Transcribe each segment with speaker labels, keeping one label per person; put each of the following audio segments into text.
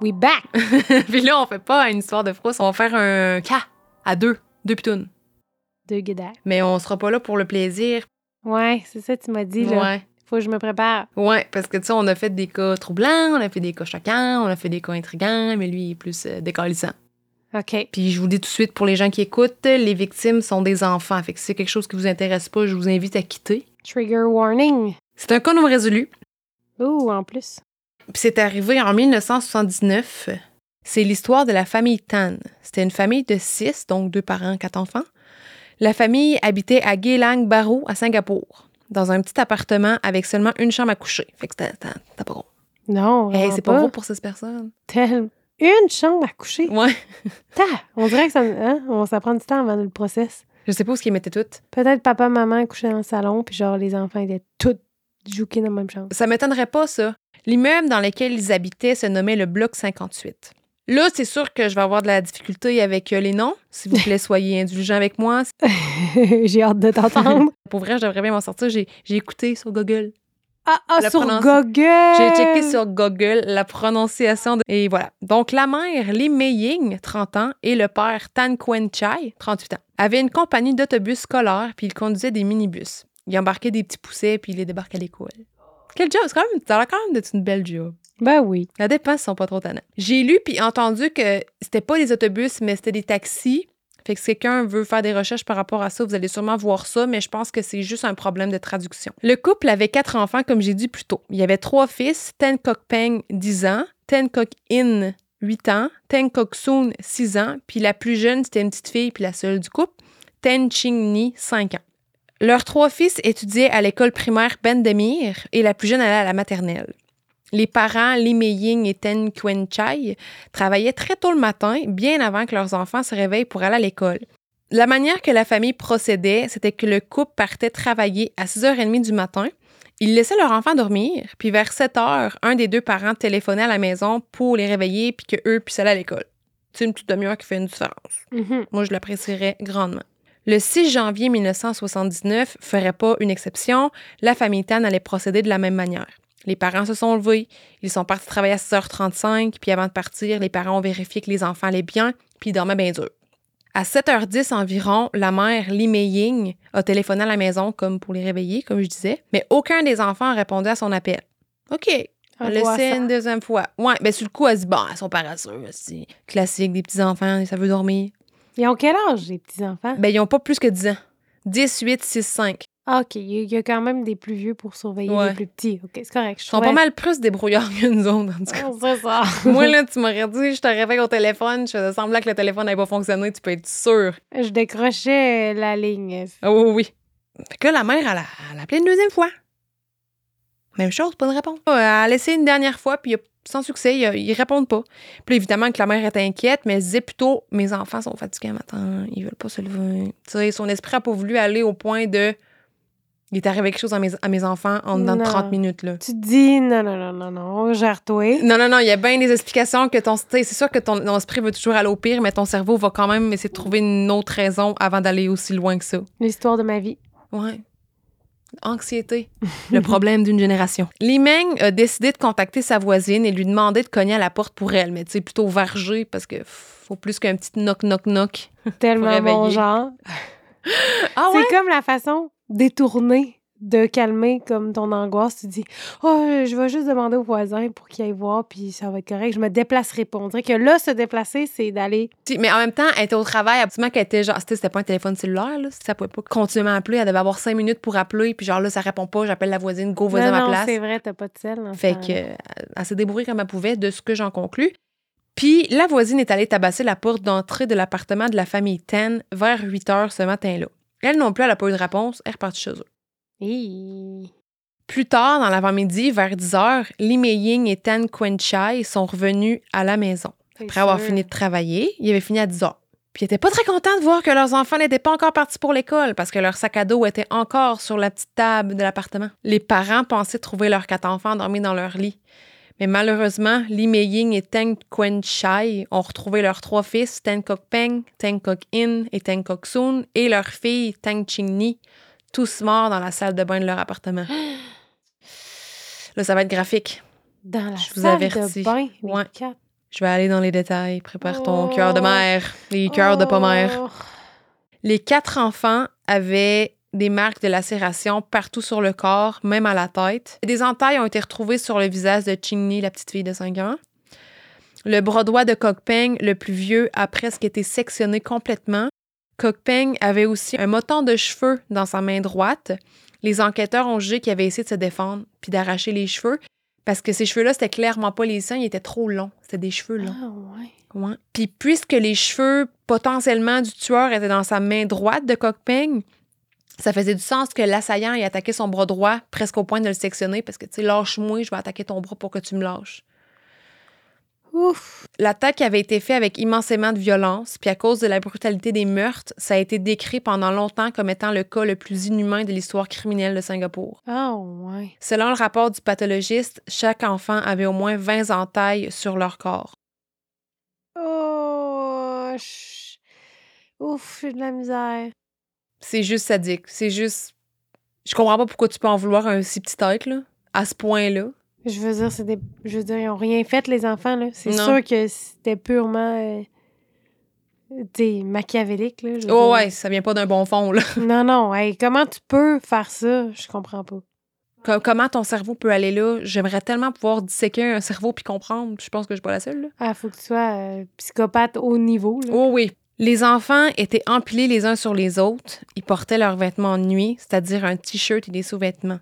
Speaker 1: we back!
Speaker 2: Puis là, on fait pas une histoire de frousse, on va faire un cas à deux, deux pitounes.
Speaker 1: De Guédère.
Speaker 2: Mais on sera pas là pour le plaisir.
Speaker 1: Ouais, c'est ça, tu m'as dit, là.
Speaker 2: Ouais.
Speaker 1: Faut que je me prépare.
Speaker 2: Ouais, parce que tu sais, on a fait des cas troublants, on a fait des cas choquants, on a fait des cas intrigants, mais lui, il est plus euh, décalissant.
Speaker 1: OK.
Speaker 2: Puis je vous dis tout de suite, pour les gens qui écoutent, les victimes sont des enfants. Fait que si c'est quelque chose qui vous intéresse pas, je vous invite à quitter.
Speaker 1: Trigger warning.
Speaker 2: C'est un cas non résolu.
Speaker 1: Oh, en plus.
Speaker 2: Puis c'est arrivé en 1979. C'est l'histoire de la famille Tan. C'était une famille de six, donc deux parents, quatre enfants. La famille habitait à Geylang Bahru, à Singapour, dans un petit appartement avec seulement une chambre à coucher. Fait que c'était c'était- c'était pas gros.
Speaker 1: Non,
Speaker 2: Hey,
Speaker 1: vraiment
Speaker 2: Eh, c'est pas gros pour six personnes.
Speaker 1: Telle- Une chambre à coucher.
Speaker 2: Ouais.
Speaker 1: Ta! On dirait que ça, hein, on, ça prend du temps avant le process.
Speaker 2: Je sais pas où ce qu'ils mettaient toutes.
Speaker 1: Peut-être papa, maman couchaient dans le salon, puis genre les enfants étaient tous jouqués dans la même chambre.
Speaker 2: Ça m'étonnerait pas, ça. L'immeuble dans lequel ils habitaient se nommait le Bloc 58. Là, c'est sûr que je vais avoir de la difficulté avec euh, les noms. S'il vous plaît, soyez indulgents avec moi.
Speaker 1: J'ai hâte de t'entendre.
Speaker 2: Pour vrai, je devrais bien m'en sortir. J'ai j'ai écouté sur Google.
Speaker 1: ah, ah,
Speaker 2: La
Speaker 1: sur
Speaker 2: prononce-
Speaker 1: Google!
Speaker 2: J'ai checké sur Google la prononciation. de- Et voilà. Donc, la mère Li Mei Ying, 30 ans, et le père Tan Quen Chai, 38 ans, avaient une compagnie d'autobus scolaires, puis ils conduisaient des minibus. Ils embarquaient des petits poussets, puis ils les débarquaient à l'école. Quel job! C'est quand même, ça a l'air quand même d'être une belle job.
Speaker 1: Ben oui.
Speaker 2: La dépense, ils sont pas trop tannants. J'ai lu puis entendu que c'était pas des autobus, mais c'était des taxis. Fait que si quelqu'un veut faire des recherches par rapport à ça, vous allez sûrement voir ça, mais je pense que c'est juste un problème de traduction. Le couple avait quatre enfants, comme j'ai dit plus tôt. Il y avait trois fils, Ten Kok Peng, 10 ans, Ten Kok In, 8 ans, Ten Kok Soon, 6 ans, puis la plus jeune, c'était une petite fille, puis la seule du couple, Ten Ching Ni, 5 ans. Leurs trois fils étudiaient à l'école primaire Bendemir et la plus jeune allait à la maternelle. Les parents, Li Meiying et Ten Quen Chai, travaillaient très tôt le matin, bien avant que leurs enfants se réveillent pour aller à l'école. La manière que la famille procédait, c'était que le couple partait travailler à 6h30 du matin. Ils laissaient leur enfant dormir, puis vers 7h, un des deux parents téléphonait à la maison pour les réveiller puis que eux puissent aller à l'école. C'est une petite demi-heure qui fait une différence.
Speaker 1: Mhm.
Speaker 2: Moi, je l'apprécierais grandement. Le 6 janvier 1979 ferait pas une exception. La famille Tan allait procéder de la même manière. Les parents se sont levés, ils sont partis travailler à 6h35, puis avant de partir, les parents ont vérifié que les enfants allaient bien, puis ils dormaient bien dur. À 7h10 environ, la mère Li Mei Ying a téléphoné à la maison comme pour les réveiller, comme je disais, mais aucun des enfants répondait à son appel. OK,
Speaker 1: On
Speaker 2: elle le
Speaker 1: voit
Speaker 2: sait
Speaker 1: ça.
Speaker 2: une deuxième fois. Ouais, mais sur le coup, elle se dit, bon, elles sont paresseux, c'est classique des petits-enfants, ça veut dormir.
Speaker 1: Ils ont quel âge, les petits-enfants?
Speaker 2: Ben, ils ont pas plus que 10 ans. 10, 8, 6, 5.
Speaker 1: Ah, OK, il y, a- il y a quand même des plus vieux pour surveiller
Speaker 2: Ouais.
Speaker 1: les plus petits. OK, c'est correct. Je
Speaker 2: Ils
Speaker 1: Oh,
Speaker 2: sont pas mal plus débrouillards que nous autres, en tout cas.
Speaker 1: C'est ça.
Speaker 2: Moi, là, tu m'aurais dit, je te réveille au téléphone, je faisais semblant que le téléphone n'avait pas fonctionné, tu peux être sûr.
Speaker 1: Je décrochais la ligne.
Speaker 2: Ah oui, oui, oui. Fait que là, la mère, elle a, elle a appelé une deuxième fois. Même chose, pas de réponse. Elle a laissé une dernière fois, puis il y a- sans succès, il y a- ils répondent pas. Puis là, évidemment que la mère était inquiète, mais elle se disait plutôt Mes enfants sont fatigués le matin, ils veulent pas se lever. Tu sais, son esprit a pas voulu aller au point de Il est arrivé quelque chose à mes, à mes enfants en dedans de
Speaker 1: Non.
Speaker 2: 30 minutes, là.
Speaker 1: Tu te dis non, non, non, non, non, gère-toi.
Speaker 2: Non, non, non, il y a bien des explications que ton. tu sais, C'est sûr que ton, ton esprit veut toujours aller au pire, mais ton cerveau va quand même essayer de trouver une autre raison avant d'aller aussi loin que ça.
Speaker 1: L'histoire de ma vie.
Speaker 2: Ouais. Anxiété. Le problème d'une génération. Li Meng a décidé de contacter sa voisine et lui demander de cogner à la porte pour elle, mais tu sais, plutôt varger parce que faut plus qu'un petit knock-knock-knock.
Speaker 1: Tellement mon
Speaker 2: réveiller.
Speaker 1: genre.
Speaker 2: Ah
Speaker 1: C'est comme la façon détournée de calmer comme ton angoisse. Tu dis Oh, je vais juste demander au voisin pour qu'il aille voir, puis ça va être correct. Je me déplacerai pas. On dirait que là, se déplacer, c'est d'aller.
Speaker 2: Mais en même temps, elle était au travail, absolument qu'elle était genre, tu sais, c'était pas un téléphone cellulaire, là, ça pouvait pas continuellement appeler, elle devait avoir cinq minutes pour appeler, puis genre là, ça répond pas, j'appelle la voisine, go, vas-y à
Speaker 1: Non,
Speaker 2: ma
Speaker 1: non,
Speaker 2: place.
Speaker 1: c'est vrai, t'as pas de sel.
Speaker 2: Fait que, euh, elle s'est débrouillée comme elle pouvait, de ce que j'en conclus. Puis, la voisine est allée tabasser la porte d'entrée de l'appartement de la famille Ten vers 8 heures ce matin-là. Elle non plus, elle n'a pas eu de réponse, elle est repartie chez eux.
Speaker 1: Hi.
Speaker 2: Plus tard, dans l'avant-midi, vers 10 heures, Li Mei Ying et Tan Quen Chai sont revenus à la maison.
Speaker 1: C'est
Speaker 2: Après avoir
Speaker 1: sûr.
Speaker 2: fini de travailler, il avait fini à 10 heures. Puis ils étaient pas très contents de voir que leurs enfants n'étaient pas encore partis pour l'école parce que leur sac à dos était encore sur la petite table de l'appartement. Les parents pensaient trouver leurs quatre enfants dormis dans leur lit. Mais malheureusement, Li Meiying et Teng Quen Chai ont retrouvé leurs trois fils, Teng Kok Peng, Teng Kok In et Teng Kok Soon, et leur fille, Teng Ching Ni, tous morts dans la salle de bain de leur appartement. Là, ça va être graphique.
Speaker 1: Dans la
Speaker 2: Je vous
Speaker 1: salle
Speaker 2: avertis.
Speaker 1: de bain, les
Speaker 2: Ouais.
Speaker 1: quatre.
Speaker 2: Je vais aller dans les détails. Prépare ton
Speaker 1: Oh.
Speaker 2: cœur de mère, les cœurs de pas mère.
Speaker 1: Oh.
Speaker 2: Les quatre enfants avaient des marques de lacération partout sur le corps, même à la tête. Des entailles ont été retrouvées sur le visage de Chingni, la petite fille de 5 ans. Le bras droit de Kokpeng, le plus vieux, a presque été sectionné complètement. Kokpeng avait aussi un moton de cheveux dans sa main droite. Les enquêteurs ont jugé qu'il avait essayé de se défendre puis d'arracher les cheveux parce que ces cheveux-là, c'était clairement pas les siens, ils étaient trop longs. C'était des cheveux longs.
Speaker 1: Ah, ouais.
Speaker 2: Ouais. Puis puisque les cheveux potentiellement du tueur étaient dans sa main droite de Cockping, ça faisait du sens que l'assaillant ait attaqué son bras droit presque au point de le sectionner parce que, tu sais, lâche-moi, je vais attaquer ton bras pour que tu me lâches.
Speaker 1: Ouf.
Speaker 2: L'attaque avait été faite avec immensément de violence, puis à cause de la brutalité des meurtres, ça a été décrit pendant longtemps comme étant le cas le plus inhumain de l'histoire criminelle de Singapour.
Speaker 1: Ah, ouais.
Speaker 2: Selon le rapport du pathologiste, chaque enfant avait au moins 20 entailles sur leur corps.
Speaker 1: Oh. je- Ouf, j'ai de la misère.
Speaker 2: C'est juste sadique. C'est juste. Je comprends pas pourquoi tu peux en vouloir à un si petit être, là. À ce point-là.
Speaker 1: Je veux dire, c'est des... Je veux dire, ils n'ont rien fait, les enfants, là. C'est
Speaker 2: Non.
Speaker 1: sûr que c'était purement... euh, T'es machiavélique, là. je veux
Speaker 2: Oh
Speaker 1: dire.
Speaker 2: ouais, ça vient pas d'un bon fond, là.
Speaker 1: Non, non, hey, comment tu peux faire ça? Je comprends pas.
Speaker 2: Co- Comment ton cerveau peut aller là? J'aimerais tellement pouvoir disséquer un cerveau puis comprendre. Je pense que je suis pas la seule, là.
Speaker 1: Ah, faut que tu sois euh, psychopathe haut niveau, là.
Speaker 2: Oh oui. Les enfants étaient empilés les uns sur les autres. Ils portaient leurs vêtements de nuit, c'est-à-dire un t-shirt et des sous-vêtements.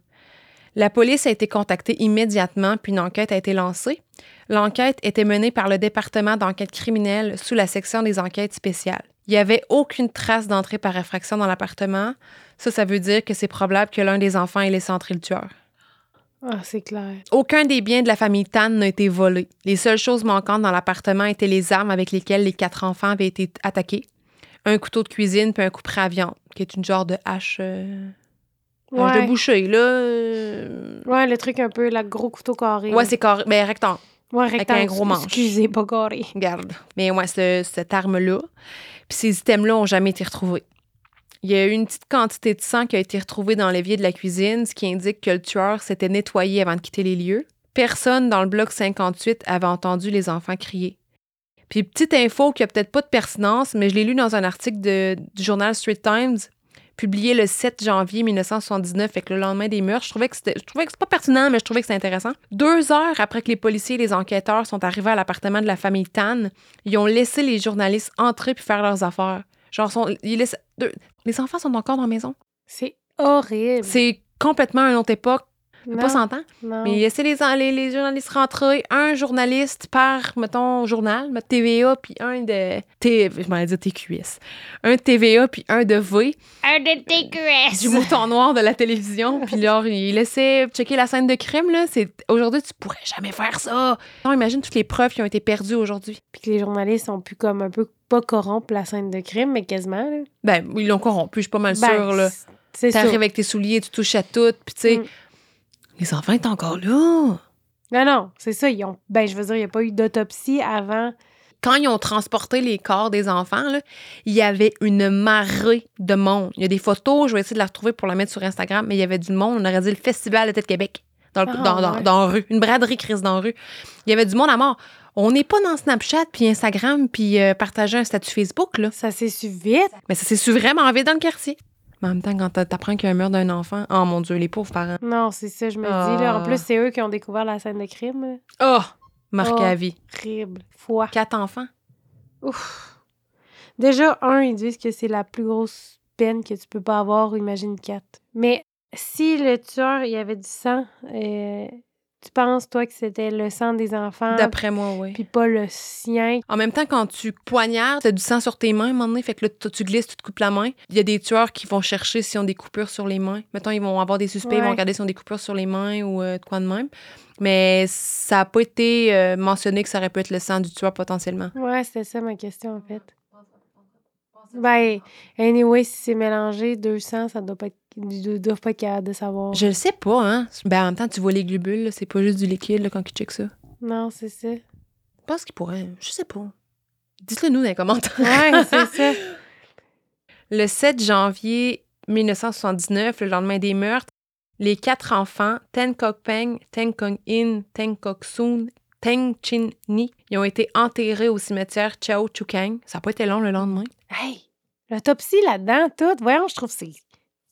Speaker 2: La police a été contactée immédiatement, puis une enquête a été lancée. L'enquête était menée par le département d'enquête criminelle sous la section des enquêtes spéciales. Il n'y avait aucune trace d'entrée par effraction dans l'appartement. Ça, ça veut dire que c'est probable que l'un des enfants ait laissé entrer le tueur.
Speaker 1: Ah, c'est clair.
Speaker 2: Aucun des biens de la famille Tan n'a été volé. Les seules choses manquantes dans l'appartement étaient les armes avec lesquelles les quatre enfants avaient été attaqués. Un couteau de cuisine puis un couperet à viande, qui est une genre de hache, euh, hache de
Speaker 1: Ouais.
Speaker 2: boucher, là. euh,
Speaker 1: ouais, le truc un peu, le gros couteau carré.
Speaker 2: Ouais,
Speaker 1: là.
Speaker 2: c'est carré. Ben, rectangle,
Speaker 1: Ouais, rectangle.
Speaker 2: un gros manche.
Speaker 1: Excusez, pas carré.
Speaker 2: garde. Mais ouais, ce- cette arme-là. Puis ces items-là n'ont jamais été retrouvés. Il y a eu une petite quantité de sang qui a été retrouvée dans l'évier de la cuisine, ce qui indique que le tueur s'était nettoyé avant de quitter les lieux. Personne dans le bloc 58 avait entendu les enfants crier. Puis petite info qui a peut-être pas de pertinence, mais je l'ai lu dans un article de- du journal Street Times publié le 7 janvier 1979, fait que le lendemain des meurtres, je trouvais que c'était, je trouvais que c'est pas pertinent, mais je trouvais que c'était intéressant. Deux heures après que les policiers et les enquêteurs sont arrivés à l'appartement de la famille Tan, ils ont laissé les journalistes entrer puis faire leurs affaires. Genre, sont, ils laissent, deux- les enfants sont encore dans la maison.
Speaker 1: C'est horrible.
Speaker 2: C'est complètement une autre époque. On peut
Speaker 1: Non,
Speaker 2: pas s'entendre.
Speaker 1: non.
Speaker 2: Mais laisser les, en- les, les journalistes rentrer, un journaliste par, mettons, journal, mettons, TVA, puis un de... T, je m'en ai dit TQS. Un TVA, puis un de V. Un de TQS! Du mouton noir de la télévision. Puis là, il laissait checker la scène de crime, là. C'est, aujourd'hui, tu pourrais jamais faire ça! Non, imagine toutes les preuves qui ont été perdues aujourd'hui.
Speaker 1: Puis que les journalistes ont pu comme un peu pas corrompre la scène de crime, mais quasiment, là.
Speaker 2: Ben, ils l'ont corrompu, je suis pas mal
Speaker 1: Ben,
Speaker 2: sûre, là.
Speaker 1: c'est- C'est sûr.
Speaker 2: T'arrives avec tes souliers, tu touches à tout, puis tu sais...
Speaker 1: Mm.
Speaker 2: Les enfants étaient encore là!
Speaker 1: Non, non, c'est ça. Ils ont... Ben, je veux dire, il n'y a pas eu d'autopsie avant.
Speaker 2: quand ils ont transporté les corps des enfants, là, il y avait une marée de monde. Il y a des photos, je vais essayer de la retrouver pour la mettre sur Instagram, mais il y avait du monde. On aurait dit le Festival de Tête Québec dans, le-
Speaker 1: Ah,
Speaker 2: dans, dans-
Speaker 1: ouais.
Speaker 2: dans la rue, une braderie crise dans la rue. Il y avait du monde à mort. On n'est pas dans Snapchat, puis Instagram, puis euh, partager un statut Facebook, là.
Speaker 1: Ça s'est su vite.
Speaker 2: Mais ça s'est su vraiment vite dans le quartier. Mais en même temps, quand t'a- t'apprends qu'il y a un meurtre d'un enfant, oh mon Dieu, les pauvres parents.
Speaker 1: Non, c'est ça, je me
Speaker 2: Ah.
Speaker 1: dis. Là. En plus, c'est eux qui ont découvert la scène de crime. là.
Speaker 2: Oh! Marqué
Speaker 1: Oh.
Speaker 2: à vie.
Speaker 1: Horrible. Foi.
Speaker 2: Quatre enfants.
Speaker 1: Ouf. Déjà, un, ils disent que c'est la plus grosse peine que tu peux pas avoir, imagine quatre. Mais si le tueur, il y avait du sang, euh, tu penses, toi, que c'était le sang des enfants,
Speaker 2: D'après moi, oui.
Speaker 1: Ah. puis pas le sien?
Speaker 2: En même temps, quand tu poignardes, t'as du sang sur tes mains, à un moment donné, fait que là, t- tu glisses, tu te coupes la main. Il y a des tueurs qui vont chercher s'ils ont des coupures sur les mains. Mettons, ils vont avoir des suspects, ils vont
Speaker 1: Ouais.
Speaker 2: regarder s'ils ont des coupures sur les mains ou euh, de quoi de même. Mais ça n'a pas été euh, mentionné que ça aurait pu être le sang du tueur potentiellement.
Speaker 1: Ouais, c'était ça ma question, en fait. Ben, anyway, si c'est mélangé, 200, ça doit pas être. Ils doivent pas être capables de savoir.
Speaker 2: Je le sais pas, hein. Ben, en même temps, tu vois les globules, là, c'est pas juste du liquide là, quand tu checkes ça.
Speaker 1: Non, c'est ça.
Speaker 2: Je pense qu'il pourrait. Je sais pas. Dites-le nous dans les commentaires.
Speaker 1: Ouais, c'est ça.
Speaker 2: Le 7 janvier 1979, le lendemain des meurtres, les quatre enfants, Ten Kok Peng, Ten Kong In, Ten Kok Soon, Ten Chin Ni, ils ont été enterrés au cimetière Chao Chukang. Ça n'a pas été long le lendemain.
Speaker 1: Hey, l'autopsie là-dedans, tout. Voyons, je trouve que c'est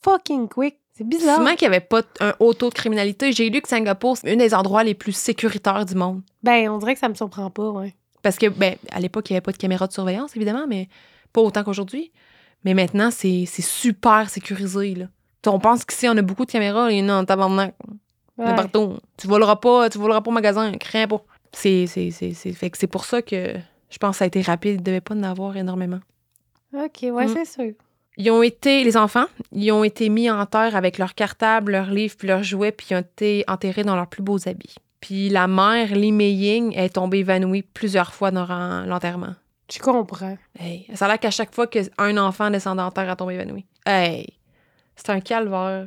Speaker 1: fucking quick. C'est bizarre.
Speaker 2: Souvent qu'il n'y avait pas t- un haut taux de criminalité. J'ai lu que Singapour, c'est un des endroits les plus sécuritaires du monde.
Speaker 1: Ben, on dirait que ça me surprend pas, ouais.
Speaker 2: Parce que, ben, à l'époque, il n'y avait pas de caméra de surveillance, évidemment, mais pas autant qu'aujourd'hui. Mais maintenant, c'est c'est super sécurisé, là. On pense qu'ici, on a beaucoup de caméras, il y en a en tabarnak, de
Speaker 1: Ouais.
Speaker 2: partout. Tu voleras pas, tu voleras pas au magasin, crains pas. C'est, c'est, c'est, c'est, fait que c'est pour ça que je pense que ça a été rapide, il devait pas en avoir énormément.
Speaker 1: Ok, ouais,
Speaker 2: Mm.
Speaker 1: c'est sûr.
Speaker 2: Ils ont été, les enfants, ils ont été mis en terre avec leurs cartables, leurs livres, puis leurs jouets, puis ils ont été enterrés dans leurs plus beaux habits. Puis la mère, Li Mei Ying, est tombée évanouie plusieurs fois durant l'enterrement.
Speaker 1: Je comprends.
Speaker 2: Hey, ça a l'air qu'à chaque fois qu'un enfant descendant en terre a tombé évanoui. Hey, c'est un calvaire.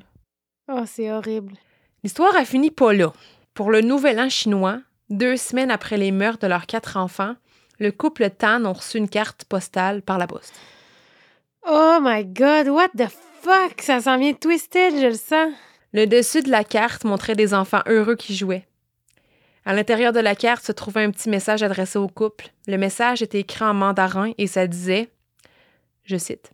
Speaker 1: Oh, c'est horrible.
Speaker 2: L'histoire a fini pas là. Pour le nouvel an chinois, deux semaines après les meurtres de leurs quatre enfants, le couple Tan ont reçu une carte postale par la poste.
Speaker 1: Oh my god, what the fuck? Ça sent bien twisted, je le sens.
Speaker 2: Le dessus de la carte montrait des enfants heureux qui jouaient. À l'intérieur de la carte se trouvait un petit message adressé au couple. Le message était écrit en mandarin et ça disait, je cite,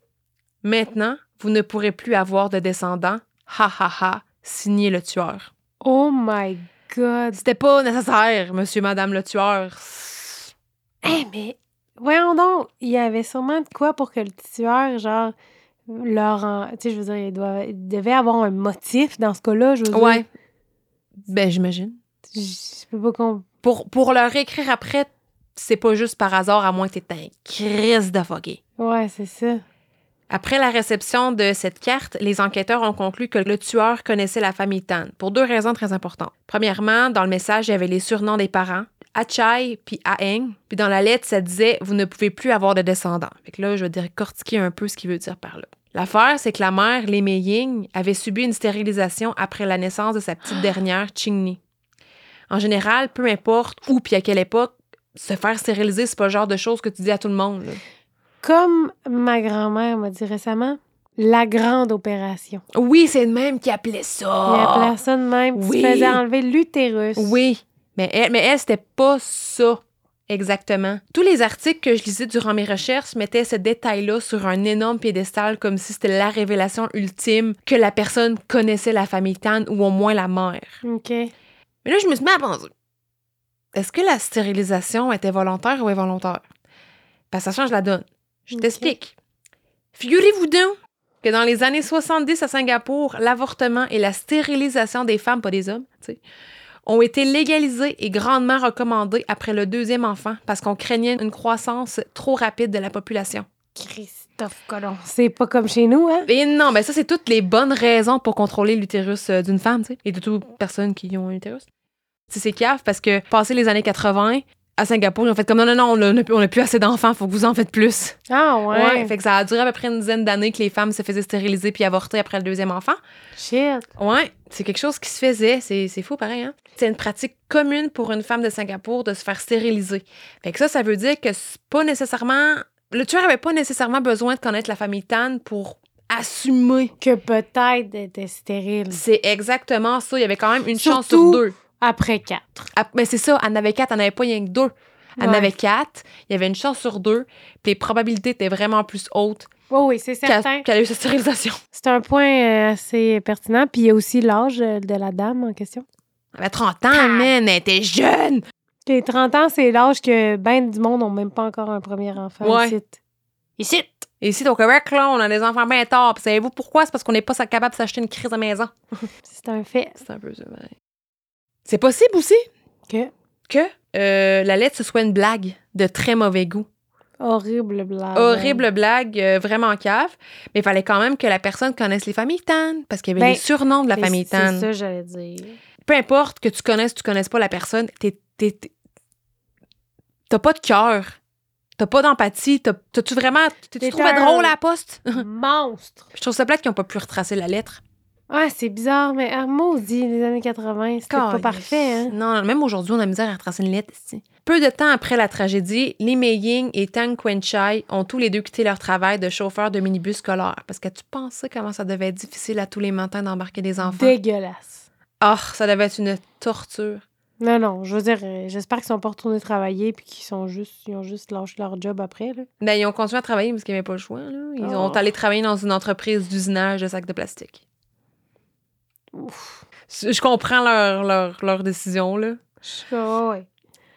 Speaker 2: Maintenant, vous ne pourrez plus avoir de descendants. Ha ha ha, signé le tueur.
Speaker 1: Oh my god.
Speaker 2: C'était pas nécessaire, monsieur, madame le tueur.
Speaker 1: Eh, mais voyons donc, il y avait sûrement de quoi pour que le tueur, genre, leur. en- Tu sais, je veux dire, il, doit... il devait avoir un motif dans ce cas-là, je veux
Speaker 2: Ouais.
Speaker 1: dire.
Speaker 2: Ben, j'imagine.
Speaker 1: Je- Je peux pas comprendre.
Speaker 2: Pour, pour leur écrire après, c'est pas juste par hasard, à moins que t'aies un crise de fogué.
Speaker 1: Ouais, c'est ça.
Speaker 2: Après la réception de cette carte, les enquêteurs ont conclu que le tueur connaissait la famille Tan pour deux raisons très importantes. Premièrement, dans le message, il y avait les surnoms des parents, Achai puis Aeng, puis dans la lettre, ça disait vous ne pouvez plus avoir de descendants. Fait que là, je vais décortiquer un peu ce qu'il veut dire par là. L'affaire, c'est que la mère, Lei Mei Ying, avait subi une stérilisation après la naissance de sa petite dernière, Chingni. En général, peu importe où puis à quelle époque, se faire stériliser, c'est pas le genre de choses que tu dis à tout le monde. là.
Speaker 1: Comme ma grand-mère m'a dit récemment, la grande opération.
Speaker 2: Oui, c'est le même qui appelait ça.
Speaker 1: Il appelait ça de même. Tu
Speaker 2: Ah, Oui.
Speaker 1: te faisais enlever l'utérus.
Speaker 2: Oui, mais elle, mais elle c'était pas ça exactement. Tous les articles que je lisais durant mes recherches mettaient ce détail-là sur un énorme piédestal comme si c'était la révélation ultime que la personne connaissait la famille Tan ou au moins la mère.
Speaker 1: OK.
Speaker 2: Mais là, je me suis mis à penser. Est-ce que la stérilisation était volontaire ou involontaire? Parce que ça change la donne. Je
Speaker 1: Ok.
Speaker 2: t'explique. Figurez-vous donc que dans les années 70 à Singapour, l'avortement et la stérilisation des femmes, pas des hommes, tu sais, ont été légalisés et grandement recommandés après le deuxième enfant parce qu'on craignait une croissance trop rapide de la population.
Speaker 1: Christophe Colomb. C'est pas comme chez nous, hein?
Speaker 2: Et non, mais ça, c'est toutes les bonnes raisons pour contrôler l'utérus euh, d'une femme, tu sais, et de toute personne qui ont un utérus. Tu sais, C'est cave parce que, passé les années 80, à Singapour, ils ont fait comme non, non, non, on a- on a, plus- on a plus assez d'enfants, faut que vous en faites plus.
Speaker 1: Ah ouais.
Speaker 2: Ouais, fait que ça a duré à peu près une dizaine d'années que les femmes se faisaient stériliser puis avorter après le deuxième enfant.
Speaker 1: Shit.
Speaker 2: Ouais, c'est quelque chose qui se faisait. C'est, c'est fou, pareil, hein? C'est une pratique commune pour une femme de Singapour de se faire stériliser. Fait que ça, ça veut dire que c'est pas nécessairement... Le tueur avait pas nécessairement besoin de connaître la famille Tan pour assumer.
Speaker 1: Que peut-être était stérile.
Speaker 2: Mm. C'est exactement ça. Il y avait quand même une chance sur
Speaker 1: Surtout-
Speaker 2: deux.
Speaker 1: Après quatre.
Speaker 2: Ah, Mais c'est ça, elle en avait quatre, elle n'avait pas rien que deux. Elle en
Speaker 1: Ouais.
Speaker 2: avait quatre, il y avait une chance sur deux, puis les probabilités étaient vraiment plus hautes
Speaker 1: Oh oui, c'est
Speaker 2: qu'elle,
Speaker 1: certain.
Speaker 2: qu'elle a eu sa stérilisation.
Speaker 1: C'est un point euh, assez pertinent. Puis il y a aussi l'âge euh, de la dame en question.
Speaker 2: Elle avait 30 ans, man, elle était jeune.
Speaker 1: Les 30 ans, c'est l'âge que ben du monde n'ont même pas encore un premier enfant.
Speaker 2: Ouais.
Speaker 1: ici. Ici.
Speaker 2: Et ici, au Québec, là, on a des enfants bien tard. Puis savez-vous pourquoi? C'est parce qu'on n'est pas capable de s'acheter une crise à maison.
Speaker 1: C'est un fait.
Speaker 2: C'est un peu ça, ouais. C'est possible aussi
Speaker 1: Que?
Speaker 2: que euh, la lettre, ce soit une blague de très mauvais goût.
Speaker 1: Horrible blague.
Speaker 2: Horrible blague, euh, vraiment cave. Mais il fallait quand même que la personne connaisse les familles Tan, parce qu'il y avait
Speaker 1: Ben,
Speaker 2: les surnoms de la
Speaker 1: Mais
Speaker 2: famille
Speaker 1: c'est-
Speaker 2: Tan.
Speaker 1: C'est ça, que j'allais dire.
Speaker 2: Peu importe que tu connaisses ou tu connaisses pas la personne, t'es- t'es- t'es- t'as pas de cœur. T'as T'as pas d'empathie. t'as- T'as-tu vraiment. T'es-tu
Speaker 1: T'es
Speaker 2: trouvé
Speaker 1: un-
Speaker 2: drôle à la poste?
Speaker 1: Monstre!
Speaker 2: Je trouve ça plate qu'ils n'ont pas pu retracer la lettre.
Speaker 1: Ah, c'est bizarre, mais ah, maudit, les années 80, c'était pas
Speaker 2: Calisse.
Speaker 1: parfait, hein?
Speaker 2: Non, même aujourd'hui, on a misère à retracer une lettre. esti. Peu de temps après la tragédie, Lee Mei-ying et Tang Quenchai ont tous les deux quitté leur travail de chauffeur de minibus scolaire. Parce que tu pensais comment ça devait être difficile à tous les matins d'embarquer des enfants.
Speaker 1: Dégueulasse.
Speaker 2: Ah, ça devait être une torture.
Speaker 1: Non, non, je veux dire, euh, j'espère qu'ils sont pas retournés travailler puis qu'ils sont juste, ils ont juste lâché leur job après, là.
Speaker 2: Ben, ils ont continué à travailler parce qu'ils n'avaient pas le choix. là. Ils
Speaker 1: Oh.
Speaker 2: ont allé travailler dans une entreprise d'usinage de sacs de plastique.
Speaker 1: Ouf.
Speaker 2: Je comprends leur, leur, leur décision, là.
Speaker 1: Je- ouais, ouais.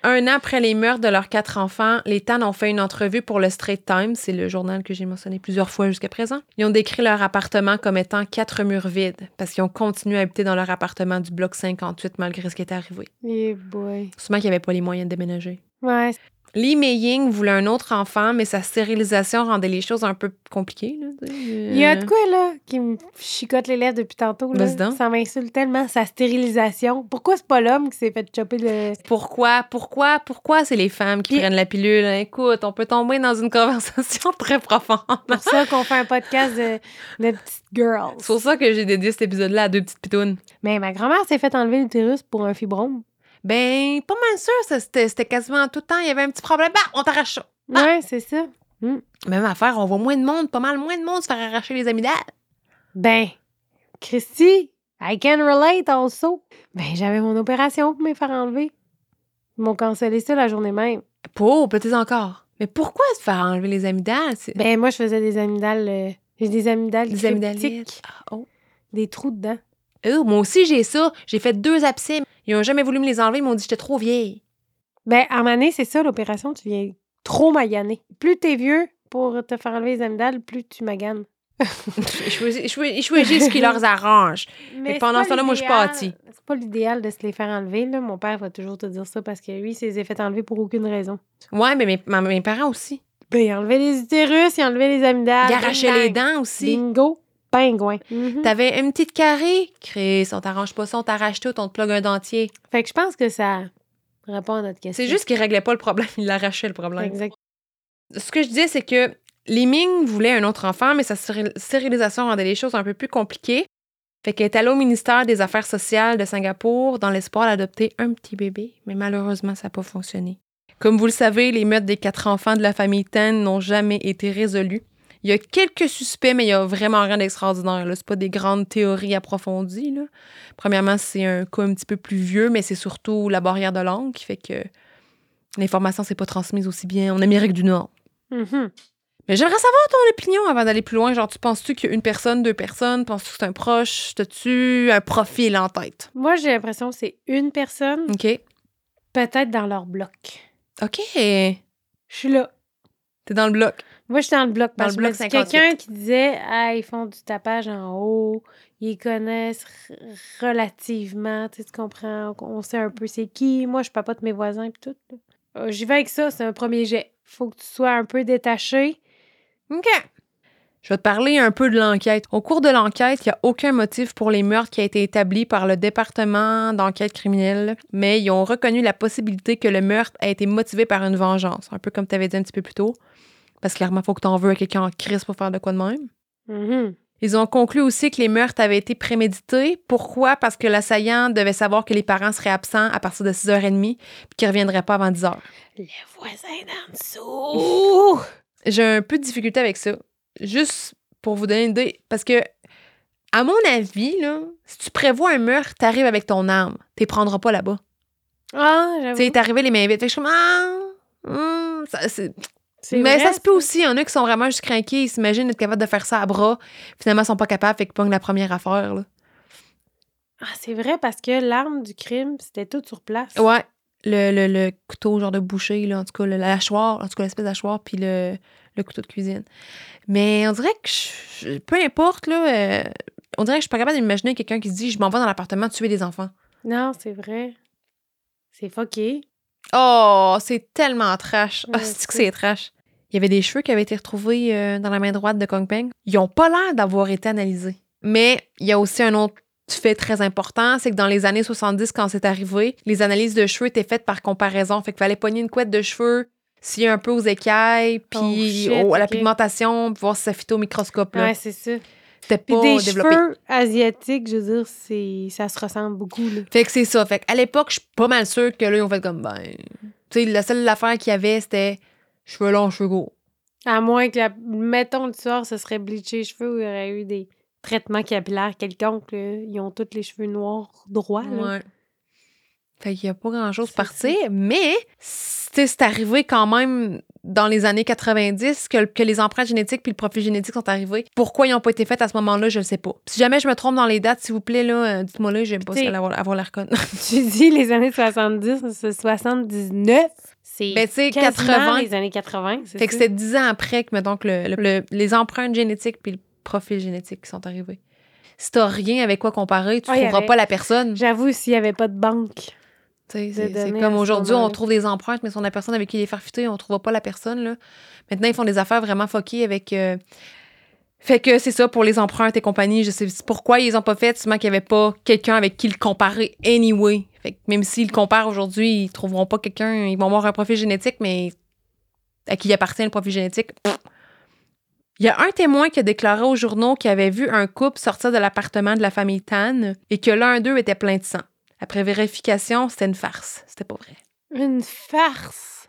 Speaker 2: Un an après les meurtres de leurs quatre enfants, les Tan ont fait une entrevue pour le Straight Times, c'est le journal que j'ai mentionné plusieurs fois jusqu'à présent. Ils ont décrit leur appartement comme étant quatre murs vides, parce qu'ils ont continué à habiter dans leur appartement du bloc 58 malgré ce qui était arrivé.
Speaker 1: Eh boy.
Speaker 2: Sûrement qu'ils n'avaient pas les moyens de déménager.
Speaker 1: Ouais,
Speaker 2: Lee Mei-ying voulait un autre enfant, mais sa stérilisation rendait les choses un peu compliquées. là, tu sais, euh,
Speaker 1: Il y a de quoi, là, qui me chicote les lèvres depuis tantôt. Là.
Speaker 2: Vas-y donc.
Speaker 1: Ça m'insulte tellement, sa stérilisation. Pourquoi c'est pas l'homme qui s'est fait choper le.
Speaker 2: Pourquoi, pourquoi, pourquoi c'est les femmes qui
Speaker 1: Puis-
Speaker 2: prennent la pilule? Écoute, on peut tomber dans une conversation très profonde.
Speaker 1: pour ça qu'on fait un podcast de, de petites girls.
Speaker 2: C'est pour ça que j'ai dédié cet épisode-là à deux petites pitounes.
Speaker 1: Mais ma grand-mère s'est fait enlever l'utérus pour un fibrome.
Speaker 2: Ben, pas mal sûr, ça, c'était, c'était quasiment tout le temps. Il y avait un petit problème. Bah, on t'arrache ça.
Speaker 1: Ouais, c'est ça.
Speaker 2: Même affaire, on voit moins de monde, pas mal moins de monde se faire arracher les amygdales.
Speaker 1: Ben, Christy, I can relate also. Ben, j'avais mon opération pour me faire enlever. Ils m'ont cancellé ça la journée même.
Speaker 2: Pauvre, petit encore. Mais pourquoi se faire enlever les amygdales? C'est...
Speaker 1: Ben, moi, je faisais des amygdales. euh, J'ai des amygdales
Speaker 2: les
Speaker 1: cryptiques,
Speaker 2: amygdalites. Ah, oh.
Speaker 1: Des trous dedans.
Speaker 2: Oh, moi aussi, j'ai ça. J'ai fait deux abcès. Ils ont jamais voulu me les enlever. Ils m'ont dit que j'étais trop vieille.
Speaker 1: Ben, à un moment donné, c'est ça l'opération, tu viens trop maganer. Plus t'es vieux pour te faire enlever les amygdales, plus tu maganes.
Speaker 2: Ils choisi- ils choisi- ils choisissent ce qui leur arrange.
Speaker 1: Mais c'est
Speaker 2: pendant
Speaker 1: pas
Speaker 2: ce temps-là, moi, je suis pas hâtie.
Speaker 1: l'idéal- C'est pas l'idéal de se les faire enlever. Là. Mon père va toujours te dire ça parce que lui, il s'est fait enlever pour aucune raison.
Speaker 2: Ouais, mais mes, ma- mes parents aussi.
Speaker 1: Ben, il enlevait les utérus, il enlevait les amygdales.
Speaker 2: Ils arrachaient
Speaker 1: Bing,
Speaker 2: les
Speaker 1: bang.
Speaker 2: dents aussi.
Speaker 1: Bingo, pingouin.
Speaker 2: T'avais une petite carré? Chris, on t'arrange pas ça, on t'arrache tout, on te plug un dentier.
Speaker 1: Fait que je pense que ça répond à notre question.
Speaker 2: C'est juste qu'il réglait pas le problème, il l'arrachait le problème.
Speaker 1: Exact.
Speaker 2: Ce que je disais, c'est que Li Ming voulait un autre enfant, mais sa stéri- stérilisation rendait les choses un peu plus compliquées. Fait qu'elle est allée au ministère des Affaires sociales de Singapour dans l'espoir d'adopter un petit bébé, mais malheureusement, ça n'a pas fonctionné. Comme vous le savez, les meurtres des quatre enfants de la famille Tan n'ont jamais été résolus. Il y a quelques suspects, mais il y a vraiment rien d'extraordinaire. là. C'est pas des grandes théories approfondies. là. Premièrement, c'est un cas un petit peu plus vieux, mais c'est surtout la barrière de langue qui fait que l'information s'est pas transmise aussi bien en Amérique du Nord.
Speaker 1: Mhm.
Speaker 2: Mais j'aimerais savoir ton opinion avant d'aller plus loin. Genre, tu penses-tu qu'il y a une personne, deux personnes? Penses-tu que c'est un proche? T'as-tu un profil en tête?
Speaker 1: Moi, j'ai l'impression que c'est une personne,
Speaker 2: OK.
Speaker 1: peut-être dans leur bloc.
Speaker 2: OK. T'es
Speaker 1: Je suis là.
Speaker 2: dans le bloc.
Speaker 1: Moi, je suis dans le bloc.
Speaker 2: Dans
Speaker 1: Parce
Speaker 2: le
Speaker 1: que je me
Speaker 2: bloc
Speaker 1: dis,
Speaker 2: 58.
Speaker 1: Quelqu'un qui disait, ah, ils font du tapage en haut, ils connaissent r- relativement, tu sais, tu comprends, on on sait un peu c'est qui. Moi, je papote mes voisins et tout. là. Euh, J'y vais avec ça, c'est un premier jet. Faut que tu sois un peu détaché.
Speaker 2: OK. Je vais te parler un peu de l'enquête. Au cours de l'enquête, il n'y a aucun motif pour les meurtres qui a été établi par le département d'enquête criminelle, mais ils ont reconnu la possibilité que le meurtre a été motivé par une vengeance, un peu comme tu avais dit un petit peu plus tôt. Parce que clairement, faut que t'en veux à quelqu'un en crise pour faire de quoi de même.
Speaker 1: Mhm.
Speaker 2: Ils ont conclu aussi que les meurtres avaient été prémédités. Pourquoi? Parce que l'assaillant devait savoir que les parents seraient absents à partir de 6h30 puis qu'ils ne reviendraient pas avant 10h.
Speaker 1: Les voisins d'en dessous!
Speaker 2: J'ai un peu de difficulté avec ça. Juste pour vous donner une idée. Parce que, à mon avis, là, si tu prévois un meurtre, t'arrives avec ton arme. T'es prendras pas là-bas.
Speaker 1: Ah, j'avoue.
Speaker 2: Tu sais, t'es arrivé les mains vides. Fait que je suis comme... Ah, hum, ça, c'est-
Speaker 1: C'est
Speaker 2: mais
Speaker 1: vrai,
Speaker 2: ça se peut aussi. Il y en a qui sont vraiment juste craqués. Ils s'imaginent être capables de faire ça à bras. Finalement, ils sont pas capables. Fait qu'ils pognent la première affaire. Là.
Speaker 1: Ah, c'est vrai parce que l'arme du crime, c'était tout sur place.
Speaker 2: Ouais. Le, le, le couteau, genre de boucher, là, en tout cas, le- la hachoir, en tout cas, l'espèce d'hachoir, puis le, le couteau de cuisine. Mais on dirait que, je- je- peu importe, là, euh, on dirait que je suis pas capable d'imaginer quelqu'un qui se dit Je m'en vais dans l'appartement tuer des enfants.
Speaker 1: Non, c'est vrai. C'est fucké.
Speaker 2: Oh, c'est tellement trash. Ah,
Speaker 1: Ouais,
Speaker 2: c'est que
Speaker 1: c'est-
Speaker 2: c'est trash. Il y avait des cheveux qui avaient été retrouvés euh, dans la main droite de Kong Peng. Ils ont pas l'air d'avoir été analysés. Mais il y a aussi un autre fait très important, c'est que dans les années 70, quand c'est arrivé, les analyses de cheveux étaient faites par comparaison. Fait qu'il fallait pogner une couette de cheveux s'il y a un peu aux écailles, puis
Speaker 1: Oh, shit,
Speaker 2: au- à la
Speaker 1: ok.
Speaker 2: pigmentation, puis voir si ça fit au microscope. là.
Speaker 1: Ouais, c'est ça.
Speaker 2: C'était
Speaker 1: Puis
Speaker 2: pas
Speaker 1: des
Speaker 2: développé.
Speaker 1: cheveux asiatiques, je veux dire, c'est ça se ressemble beaucoup. Là.
Speaker 2: Fait que c'est ça. Fait qu'à l'époque, je suis pas mal sûre que là, ils ont fait comme ben. Tu sais, la seule affaire qu'il y avait, c'était cheveux longs, cheveux courts.
Speaker 1: À moins que, la... mettons, le soir, ce serait bleaché les cheveux, il y aurait eu des traitements capillaires quelconques. là. Ils ont tous les cheveux noirs droits. là.
Speaker 2: Ouais. Fait qu'il y a pas grand-chose
Speaker 1: C'est
Speaker 2: parti, mais c'est tu sais, c'est arrivé quand même dans les années 90 que, que les empreintes génétiques puis le profil génétique sont arrivés. Pourquoi ils n'ont pas été faites à ce moment-là, je ne sais pas. Si jamais je me trompe dans les dates, s'il vous plaît, là, euh, dites-moi là, j'aime pas
Speaker 1: T'sais-
Speaker 2: ça, avoir, avoir l'air conne.
Speaker 1: Tu dis les années 70, c'est 79. C'est
Speaker 2: Ben, tu sais,
Speaker 1: quasiment
Speaker 2: 80.
Speaker 1: les années 80. c'est
Speaker 2: Fait que
Speaker 1: ça.
Speaker 2: c'était dix ans après que, mettons, que le- le- le- les empreintes génétiques puis le profil génétique qui sont arrivés. Si t'as rien avec quoi comparer, tu
Speaker 1: Ouais,
Speaker 2: trouveras
Speaker 1: avec-
Speaker 2: pas la personne. Tu
Speaker 1: J'avoue, s'il n'y avait pas de banque.
Speaker 2: sais,
Speaker 1: de
Speaker 2: C'est c'est
Speaker 1: données à
Speaker 2: comme
Speaker 1: ce
Speaker 2: aujourd'hui, on
Speaker 1: moment-là.
Speaker 2: trouve des empreintes, mais si on a la personne avec qui les faire fuiter, on trouvera pas la personne. Là. Maintenant, ils font des affaires vraiment foquées avec. euh, Fait que c'est ça pour les empreintes et compagnie. Je sais pourquoi ils les ont pas faites, sûrement qu'il y avait pas quelqu'un avec qui le comparer anyway. Fait que même s'ils le comparent aujourd'hui, ils trouveront pas quelqu'un. Ils vont avoir un profil génétique, mais à qui appartient le profil génétique. Pff. Il y a un témoin qui a déclaré aux journaux qu'il avait vu un couple sortir de l'appartement de la famille Tan et que l'un d'eux était plein de sang. Après vérification, c'était une farce. C'était pas vrai.
Speaker 1: Une farce.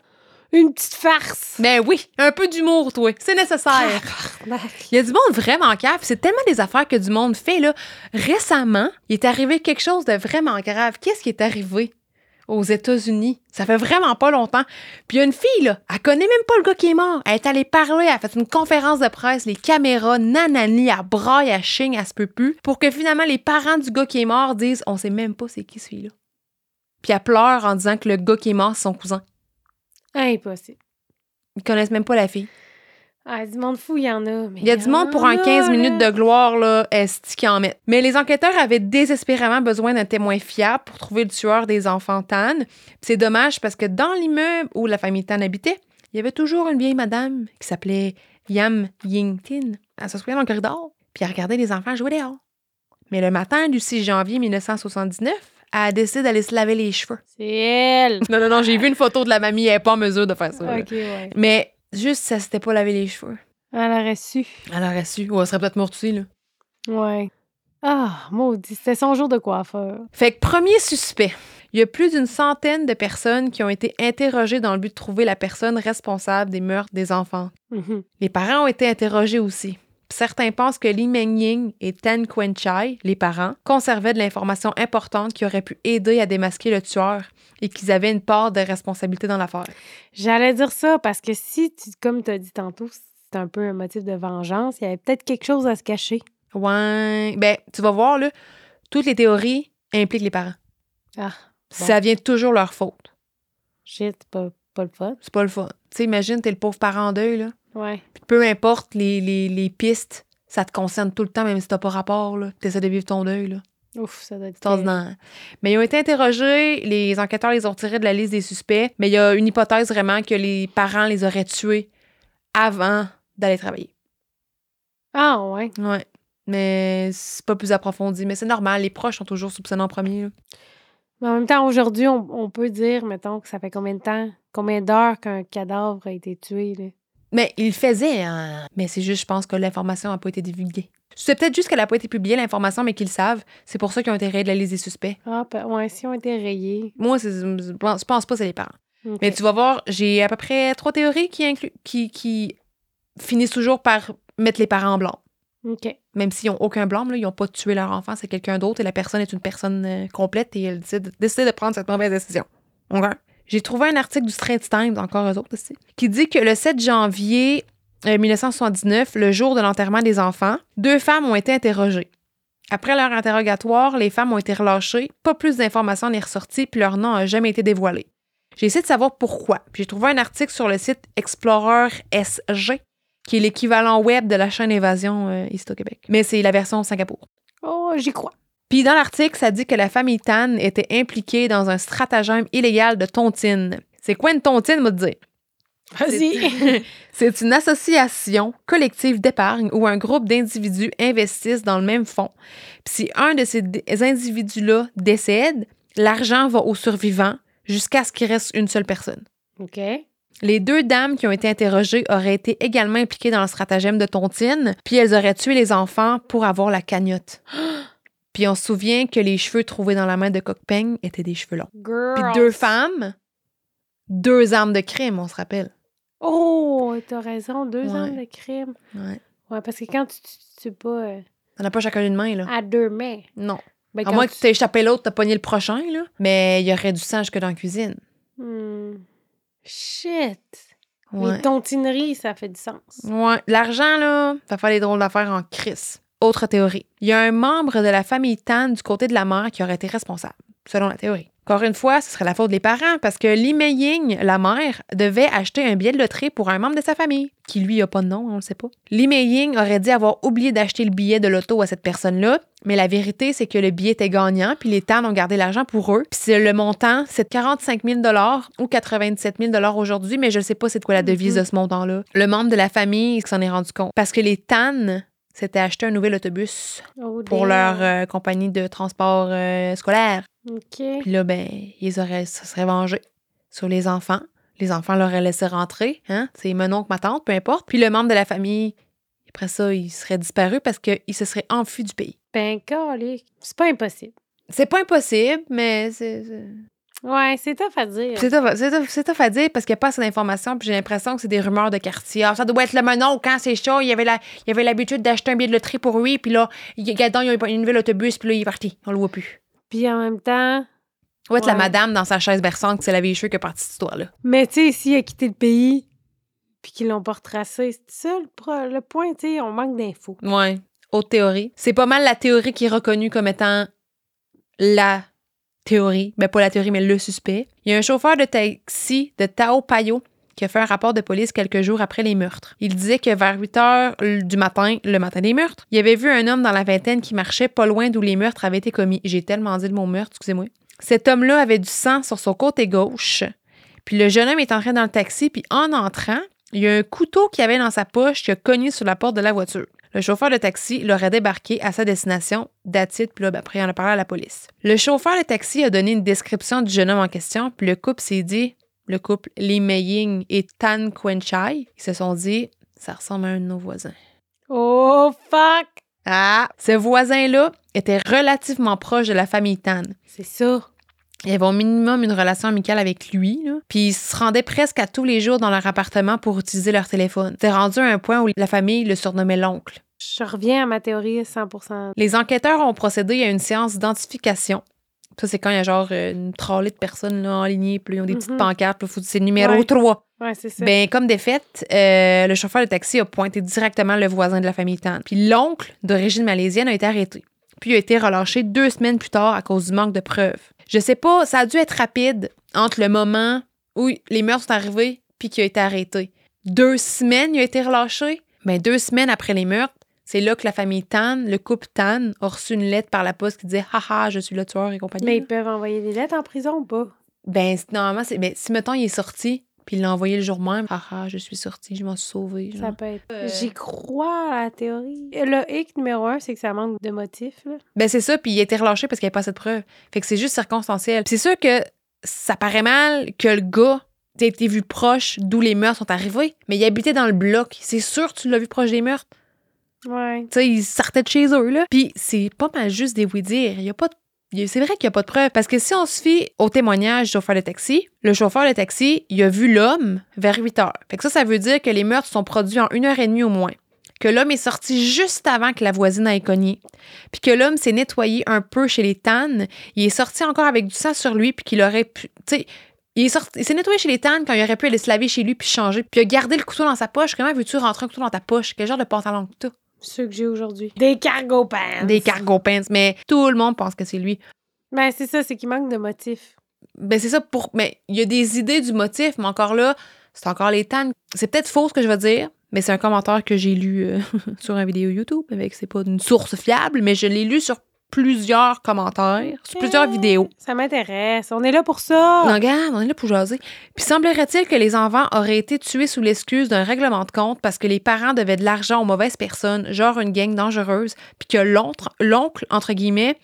Speaker 1: Une petite farce. Ah,
Speaker 2: Mais Ben oui, un peu d'humour, toi. C'est nécessaire.
Speaker 1: Tabarnak.
Speaker 2: Ah! Il y a du monde vraiment grave. C'est tellement des affaires que du monde fait, là. Récemment, il est arrivé quelque chose de vraiment grave. Qu'est-ce qui est arrivé aux États-Unis? Ça fait vraiment pas longtemps. Puis il y a une fille, là, elle connaît même pas le gars qui est mort. Elle est allée parler, elle a fait une conférence de presse, les caméras, nanani, elle braille, elle chigne, elle se peut plus, pour que finalement les parents du gars qui est mort disent « On sait même pas c'est qui celui-là. » Puis elle pleure en disant que le gars qui est mort, c'est son cousin.
Speaker 1: Impossible.
Speaker 2: Ils connaissent même pas la fille.
Speaker 1: Ah, du monde fou, il y en a. mais
Speaker 2: Il y a du monde pour un
Speaker 1: en a,
Speaker 2: 15 minutes
Speaker 1: là.
Speaker 2: de gloire, là, est qui en mettent. Mais les enquêteurs avaient désespérément besoin d'un témoin fiable pour trouver le tueur des enfants Tan. Puis C'est dommage parce que dans l'immeuble où la famille Tan habitait, il y avait toujours une vieille madame qui s'appelait Yam Yingtin. Elle s'assoyait dans le corridor, puis elle regardait les enfants jouer dehors. Mais le matin du 6 janvier 1979, elle décide d'aller se laver les cheveux.
Speaker 1: C'est elle.
Speaker 2: Non, non, non, j'ai vu une photo de la mamie, elle n'est pas en mesure de faire ça. là.
Speaker 1: ok, ouais.
Speaker 2: Mais juste, ça s'était pas lavé les cheveux.
Speaker 1: Elle aurait su.
Speaker 2: Elle aurait su, ou elle serait peut-être morte aussi, là.
Speaker 1: Ouais. Ah, maudit. C'était son jour de coiffeur.
Speaker 2: Fait que premier suspect. Il y a plus d'une centaine de personnes qui ont été interrogées dans le but de trouver la personne responsable des meurtres des enfants.
Speaker 1: Mhm.
Speaker 2: Les parents ont été interrogés aussi. Puis Certains pensent que Li Mengying et Tan Quenchai, les parents, conservaient de l'information importante qui aurait pu aider à démasquer le tueur et qu'ils avaient une part de responsabilité dans l'affaire.
Speaker 1: J'allais dire ça parce que si, tu, comme tu as dit tantôt, c'est un peu un motif de vengeance, il y avait peut-être quelque chose à se cacher.
Speaker 2: Ouais, ben tu vas voir là, toutes les théories impliquent les parents.
Speaker 1: Ah, Bon.
Speaker 2: Ça vient toujours leur faute.
Speaker 1: shit, c'est pas, pas le fun.
Speaker 2: C'est pas le fun. Tu sais, imagine t'es le pauvre parent en deuil là.
Speaker 1: Ouais.
Speaker 2: Puis peu importe les, les- les pistes, ça te concerne tout le temps, même si t'as pas rapport, là. T'essaies de vivre ton deuil, là.
Speaker 1: Ouf, ça doit être.
Speaker 2: C'est ordinaire. Mais ils ont été interrogés, les enquêteurs les ont retirés de la liste des suspects, mais il y a une hypothèse vraiment que les parents les auraient tués avant d'aller travailler.
Speaker 1: Ah, ouais.
Speaker 2: Ouais. Mais c'est pas plus approfondi. Mais c'est normal, les proches sont toujours soupçonnés en premier. là.
Speaker 1: Mais en même temps, aujourd'hui, on, on peut dire, mettons, que ça fait combien de temps, combien d'heures qu'un cadavre a été tué, là.
Speaker 2: Mais ils le faisaient, hein. Mais c'est juste, je pense que l'information n'a pas été divulguée. C'est peut-être juste qu'elle n'a pas été publiée, l'information, mais qu'ils le savent. C'est pour ça qu'ils ont été rayés de la liste des suspects.
Speaker 1: Ah, pe- ouais, si on était rayés.
Speaker 2: Moi, c'est- je pense je pense pas que c'est les parents.
Speaker 1: Ok.
Speaker 2: Mais tu vas voir, j'ai à peu près trois théories qui, inclu- qui, qui finissent toujours par mettre les parents en blanc.
Speaker 1: OK.
Speaker 2: Même s'ils n'ont aucun blâme, là, ils n'ont pas tué leur enfant, c'est quelqu'un d'autre et la personne est une personne euh, complète et elle décide, décide de prendre cette mauvaise décision. OK? J'ai trouvé un article du Straits Times, encore eux autres aussi, qui dit que le 7 janvier euh, 1979, le jour de l'enterrement des enfants, deux femmes ont été interrogées. Après leur interrogatoire, les femmes ont été relâchées, pas plus d'informations n'est ressorties, puis leur nom n'a jamais été dévoilé. J'ai essayé de savoir pourquoi. Puis j'ai trouvé un article sur le site Explorer SG, qui est l'équivalent web de la chaîne Évasion euh, ici au Québec. Mais c'est la version Singapour.
Speaker 1: Oh, j'y crois.
Speaker 2: Puis dans l'article, ça dit que la famille Tan était impliquée dans un stratagème illégal de tontine. C'est quoi une tontine, moi, te dire?
Speaker 1: Vas-y.
Speaker 2: C'est une association collective d'épargne où un groupe d'individus investissent dans le même fonds. Puis si un de ces d- individus-là décède, l'argent va aux survivants jusqu'à ce qu'il reste une seule personne.
Speaker 1: OK.
Speaker 2: Les deux dames qui ont été interrogées auraient été également impliquées dans le stratagème de Tontine, puis elles auraient tué les enfants pour avoir la cagnotte. puis on se souvient que les cheveux trouvés dans la main de Coquepeng étaient des cheveux longs.
Speaker 1: Girl.
Speaker 2: Puis deux femmes, deux armes de crime, on se rappelle.
Speaker 1: Oh, t'as raison, deux
Speaker 2: Ouais.
Speaker 1: ans de crime.
Speaker 2: Ouais.
Speaker 1: Ouais, parce que quand tu tu- tu tues pas euh,
Speaker 2: On n'a pas chacun une main, là.
Speaker 1: à deux mains.
Speaker 2: Non.
Speaker 1: ben,
Speaker 2: À
Speaker 1: quand
Speaker 2: moins que
Speaker 1: tu-
Speaker 2: tu t'aies échappé l'autre, t'as pogné le prochain, là. Mais il y aurait du sang jusque dans la cuisine.
Speaker 1: Hmm. Shit.
Speaker 2: Ouais.
Speaker 1: Les tontineries, ça fait du sens.
Speaker 2: Ouais, l'argent, là, ça fait des drôles d'affaires en crise. Autre théorie. Il y a un membre de la famille Tan du côté de la mère qui aurait été responsable, selon la théorie. Encore une fois, ce serait la faute des parents parce que Li Mei Ying, la mère, devait acheter un billet de loterie pour un membre de sa famille, qui lui a pas de nom, on le sait pas. Li Mei Ying aurait dit avoir oublié d'acheter le billet de l'auto à cette personne-là, mais la vérité, c'est que le billet était gagnant, puis les Tan ont gardé l'argent pour eux. Puis c'est le montant, c'est de 45 000 ou 97 000 aujourd'hui, mais je sais pas c'est de quoi la devise
Speaker 1: Mhm.
Speaker 2: de ce montant-là. Le membre de la famille s'en est rendu compte. Parce que les Tan s'étaient acheté un nouvel autobus
Speaker 1: Oh,
Speaker 2: pour leur
Speaker 1: damn.
Speaker 2: euh, compagnie de transport euh, scolaire.
Speaker 1: OK.
Speaker 2: Puis là, ben, ils auraient, se seraient vengés sur les enfants. Les enfants l'auraient laissé rentrer, hein? C'est mon oncle, ma tante, peu importe. Puis le membre de la famille, après ça, il serait disparu parce qu'il se serait enfui du pays.
Speaker 1: Ben, calique. C'est pas impossible.
Speaker 2: C'est pas impossible, mais c'est. c'est-
Speaker 1: Ouais, c'est tough à dire.
Speaker 2: C'est tough- c'est tough- c'est tough à dire parce qu'il n'y a pas assez d'informations, puis j'ai l'impression que c'est des rumeurs de quartier. Ah, ça doit être le menon quand c'est chaud. Il avait la- il avait l'habitude d'acheter un billet de loterie pour lui, puis là, il, gadon, il a un nouvel autobus, puis là, il est parti. On le voit plus.
Speaker 1: Puis en même temps,
Speaker 2: Ça doit être la
Speaker 1: Ouais.
Speaker 2: madame dans sa chaise berçante qui s'est lavé les cheveux qui a parti cette histoire-là.
Speaker 1: mais tu sais, s'il a quitté le pays, puis qu'ils l'ont pas retracé, c'est ça le, pro- le point, tu sais, on manque d'infos.
Speaker 2: Ouais, autre théorie. C'est pas mal la théorie qui est reconnue comme étant la théorie, mais pas la théorie, mais le suspect. Il y a un chauffeur de taxi de Tao Payo qui a fait un rapport de police quelques jours après les meurtres. Il disait que vers 8 heures l- du matin, le matin des meurtres, il avait vu un homme dans la vingtaine qui marchait pas loin d'où les meurtres avaient été commis. J'ai tellement dit le mot meurtre, excusez-moi. Cet homme-là avait du sang sur son côté gauche. Puis le jeune homme est entré dans le taxi, puis en entrant, il y a un couteau qu'il avait dans sa poche qui a cogné sur la porte de la voiture. Le chauffeur de taxi l'aurait débarqué à sa destination, d'attitude, puis là, ben, après, on a parlé à la police. Le chauffeur de taxi a donné une description du jeune homme en question, puis le couple s'est dit, le couple Li Mei Ying et Tan Quenchai, ils se sont dit, ça ressemble à un de nos voisins.
Speaker 1: Oh, fuck!
Speaker 2: Ah! Ce voisin-là était relativement proche de la famille Tan.
Speaker 1: C'est ça.
Speaker 2: Il avait au minimum une relation amicale avec lui, là. puis ils se rendaient presque à tous les jours dans leur appartement pour utiliser leur téléphone. C'était rendu à un point où la famille le surnommait l'oncle.
Speaker 1: Je reviens à ma théorie 100%.
Speaker 2: Les enquêteurs ont procédé à une séance d'identification. Ça, c'est quand il y a genre euh, une trollée de personnes là, en ligne, puis là, ils ont des petites
Speaker 1: Mhm.
Speaker 2: pancartes, puis il faut- c'est numéro
Speaker 1: Ouais.
Speaker 2: 3.
Speaker 1: Ouais, c'est ça.
Speaker 2: Ben, comme défaite, euh, le chauffeur de taxi a pointé directement le voisin de la famille Tan. Puis l'oncle, d'origine malaisienne, a été arrêté. Puis il a été relâché deux semaines plus tard à cause du manque de preuves. Je sais pas, ça a dû être rapide entre le moment où les meurtres sont arrivés puis qu'il a été arrêté. Deux semaines, il a été relâché. Mais deux semaines après les meurtres, c'est là que la famille Tan, le couple Tan, a reçu une lettre par la poste qui disait Haha, je suis le tueur et compagnie.
Speaker 1: mais ils peuvent envoyer des lettres en prison ou pas?
Speaker 2: Ben, c'est- normalement, c'est. Ben, si mettons, il est sorti, puis il l'a envoyé le jour même. Ah ah, je suis sorti, je m'en suis sauvé.
Speaker 1: Ça peut être.
Speaker 2: Euh.
Speaker 1: J'y crois à la théorie. Le hic numéro un, c'est que ça manque de motifs. Là.
Speaker 2: Ben, c'est ça, puis il a été relâché parce qu'il n'y avait pas assez de preuves. Fait que c'est juste circonstanciel. Puis c'est sûr que ça paraît mal que le gars ait été vu proche d'où les meurtres sont arrivés, mais il habitait dans le bloc. C'est sûr que tu l'as vu proche des meurtres.
Speaker 1: Ouais.
Speaker 2: Tu sais, ils sortaient de chez eux, là. Puis c'est pas mal juste des oui-dire. Il y a pas de- il y a- C'est vrai qu'il n'y a pas de preuves. Parce que si on se fie au témoignage du chauffeur de taxi, le chauffeur de taxi, il a vu l'homme vers 8 heures. Fait que ça, ça veut dire que les meurtres sont produits en une heure et demie au moins. Que l'homme est sorti juste avant que la voisine ait cogné. Puis que l'homme s'est nettoyé un peu chez les tannes. Il est sorti encore avec du sang sur lui, puis qu'il aurait pu. Tu sais, il est sorti- il s'est nettoyé chez les tannes quand il aurait pu aller se laver chez lui, puis changer. Puis il a gardé le couteau dans sa poche. Comment veux-tu rentrer un couteau dans ta poche? Quel genre de pantalon que t'as?
Speaker 1: Ceux que j'ai aujourd'hui. Des cargo pants.
Speaker 2: Des cargo pants, mais tout le monde pense que c'est lui.
Speaker 1: Ben, c'est ça, c'est qu'il manque de motifs.
Speaker 2: Ben c'est ça pour. Mais il y a des idées du motif, mais encore là, c'est encore les tannes. C'est peut-être faux ce que je veux dire, mais c'est un commentaire que j'ai lu euh, sur un vidéo YouTube. Avec c'est pas une source fiable, mais je l'ai lu sur plusieurs commentaires, sur plusieurs
Speaker 1: Eh,
Speaker 2: vidéos.
Speaker 1: Ça m'intéresse. On est là pour ça.
Speaker 2: Non, regarde, on est là pour jaser. Puis semblerait-il que les enfants auraient été tués sous l'excuse d'un règlement de compte parce que les parents devaient de l'argent aux mauvaises personnes, genre une gang dangereuse, puis que l'ontre- l'oncle, entre guillemets,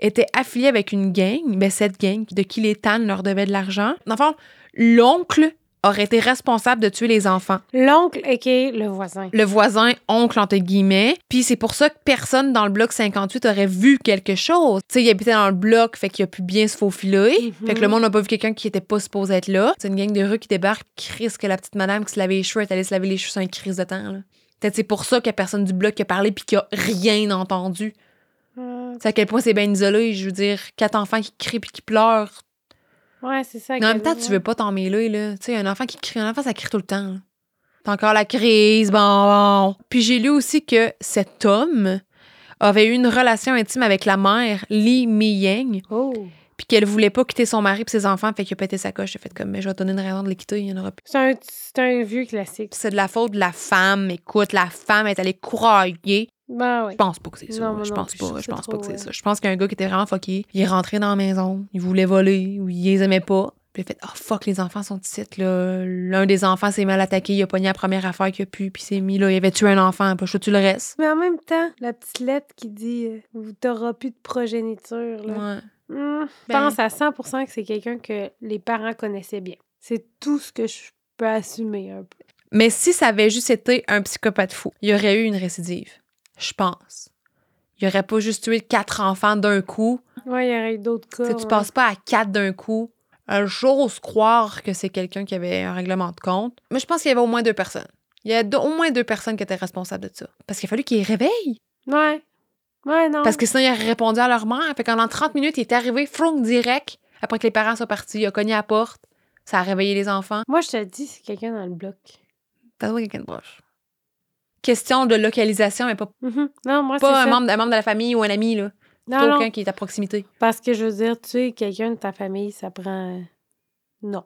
Speaker 2: était affilié avec une gang, mais cette gang de qui les tannes leur devait de l'argent. Dans le fond, l'oncle aurait été responsable de tuer les enfants.
Speaker 1: L'oncle, ok, le voisin.
Speaker 2: Le voisin, oncle entre guillemets. Puis c'est pour ça que personne dans le bloc 58 aurait vu quelque chose. Tu sais, il habitait dans le bloc, fait qu'il a pu bien se faufiler.
Speaker 1: Mhm.
Speaker 2: Fait que le monde n'a pas vu quelqu'un qui était pas supposé être là. C'est une gang de rue qui débarque, crise que la petite madame qui se lavait les cheveux est allée se laver les cheveux sans une crise de temps. là. Peut-être c'est pour ça qu'il y a personne du bloc qui a parlé puis qui a rien entendu.
Speaker 1: Ah,
Speaker 2: C'est à quel point c'est bien isolé, je veux dire, quatre enfants qui crient puis qui pleurent.
Speaker 1: Ah, ouais, c'est ça.
Speaker 2: Mais en
Speaker 1: qu'elle
Speaker 2: même temps,
Speaker 1: veut,
Speaker 2: tu
Speaker 1: ouais.
Speaker 2: veux pas t'en mêler, là. Tu sais, un enfant qui crie, un enfant, ça crie tout le temps. là. T'as encore la crise, bon, bon. Puis j'ai lu aussi que cet homme avait eu une relation intime avec la mère, Li Miyeng,
Speaker 1: Oh.
Speaker 2: puis qu'elle voulait pas quitter son mari et ses enfants, fait qu'il a pété sa coche. J'ai fait comme, mais je vais te donner une raison de les quitter, il y en aura plus.
Speaker 1: C'est un, c'est un vieux classique.
Speaker 2: C'est de la faute de la femme. Écoute, la femme est allée courailler
Speaker 1: Ben oui.
Speaker 2: je pense pas que c'est ça.
Speaker 1: Non, moi
Speaker 2: je
Speaker 1: non
Speaker 2: pense
Speaker 1: plus, je
Speaker 2: pas.
Speaker 1: trouve
Speaker 2: Je
Speaker 1: que
Speaker 2: pense
Speaker 1: c'est
Speaker 2: pas que
Speaker 1: trop,
Speaker 2: c'est ça. Je pense qu'un gars qui était vraiment fucké, il est rentré dans la maison, il voulait voler ou il les aimait pas. Puis il a fait Oh fuck, les enfants sont ici. là. L'un des enfants s'est mal attaqué, il a pogné la première affaire qu'il a pu, puis il s'est mis là. Il avait tué un enfant, puis je tue le reste.
Speaker 1: Mais en même temps, la petite lettre qui dit euh, Vous t'auras plus de progéniture. Là.
Speaker 2: Ouais.
Speaker 1: Hmm, je
Speaker 2: Ben-
Speaker 1: pense à 100 que c'est quelqu'un que les parents connaissaient bien. C'est tout ce que je peux assumer un peu.
Speaker 2: Mais si ça avait juste été un psychopathe fou, il y aurait eu une récidive. Je pense. Il aurait pas juste tué quatre enfants d'un coup.
Speaker 1: Ouais, il y aurait eu d'autres cas.
Speaker 2: Tu sais, tu
Speaker 1: Ah ouais.
Speaker 2: passes pas à quatre d'un coup. Euh, J'ose croire que c'est quelqu'un qui avait un règlement de compte. Mais je pense qu'il y avait au moins deux personnes. Il y a deux- au moins deux personnes qui étaient responsables de ça. Parce qu'il a fallu qu'ils réveillent.
Speaker 1: Ouais. Ouais, non.
Speaker 2: Parce que sinon, ils auraient répondu à leur mère. Fait qu'en 30 minutes, il est arrivé, frong direct, après que les parents sont partis. Il a cogné à la porte. Ça a réveillé les enfants.
Speaker 1: Moi, je te dis, c'est quelqu'un dans le bloc.
Speaker 2: T'as trouvé quelqu'un de proche. Question de localisation, mais pas,
Speaker 1: Mhm. Non, moi, c'est
Speaker 2: pas
Speaker 1: ça.
Speaker 2: un, membre, un membre de la famille ou un ami. là.
Speaker 1: Non,
Speaker 2: Pas
Speaker 1: non,
Speaker 2: Quelqu'un qui est à proximité.
Speaker 1: Parce que je veux dire, tu es quelqu'un de ta famille, ça prend. Non.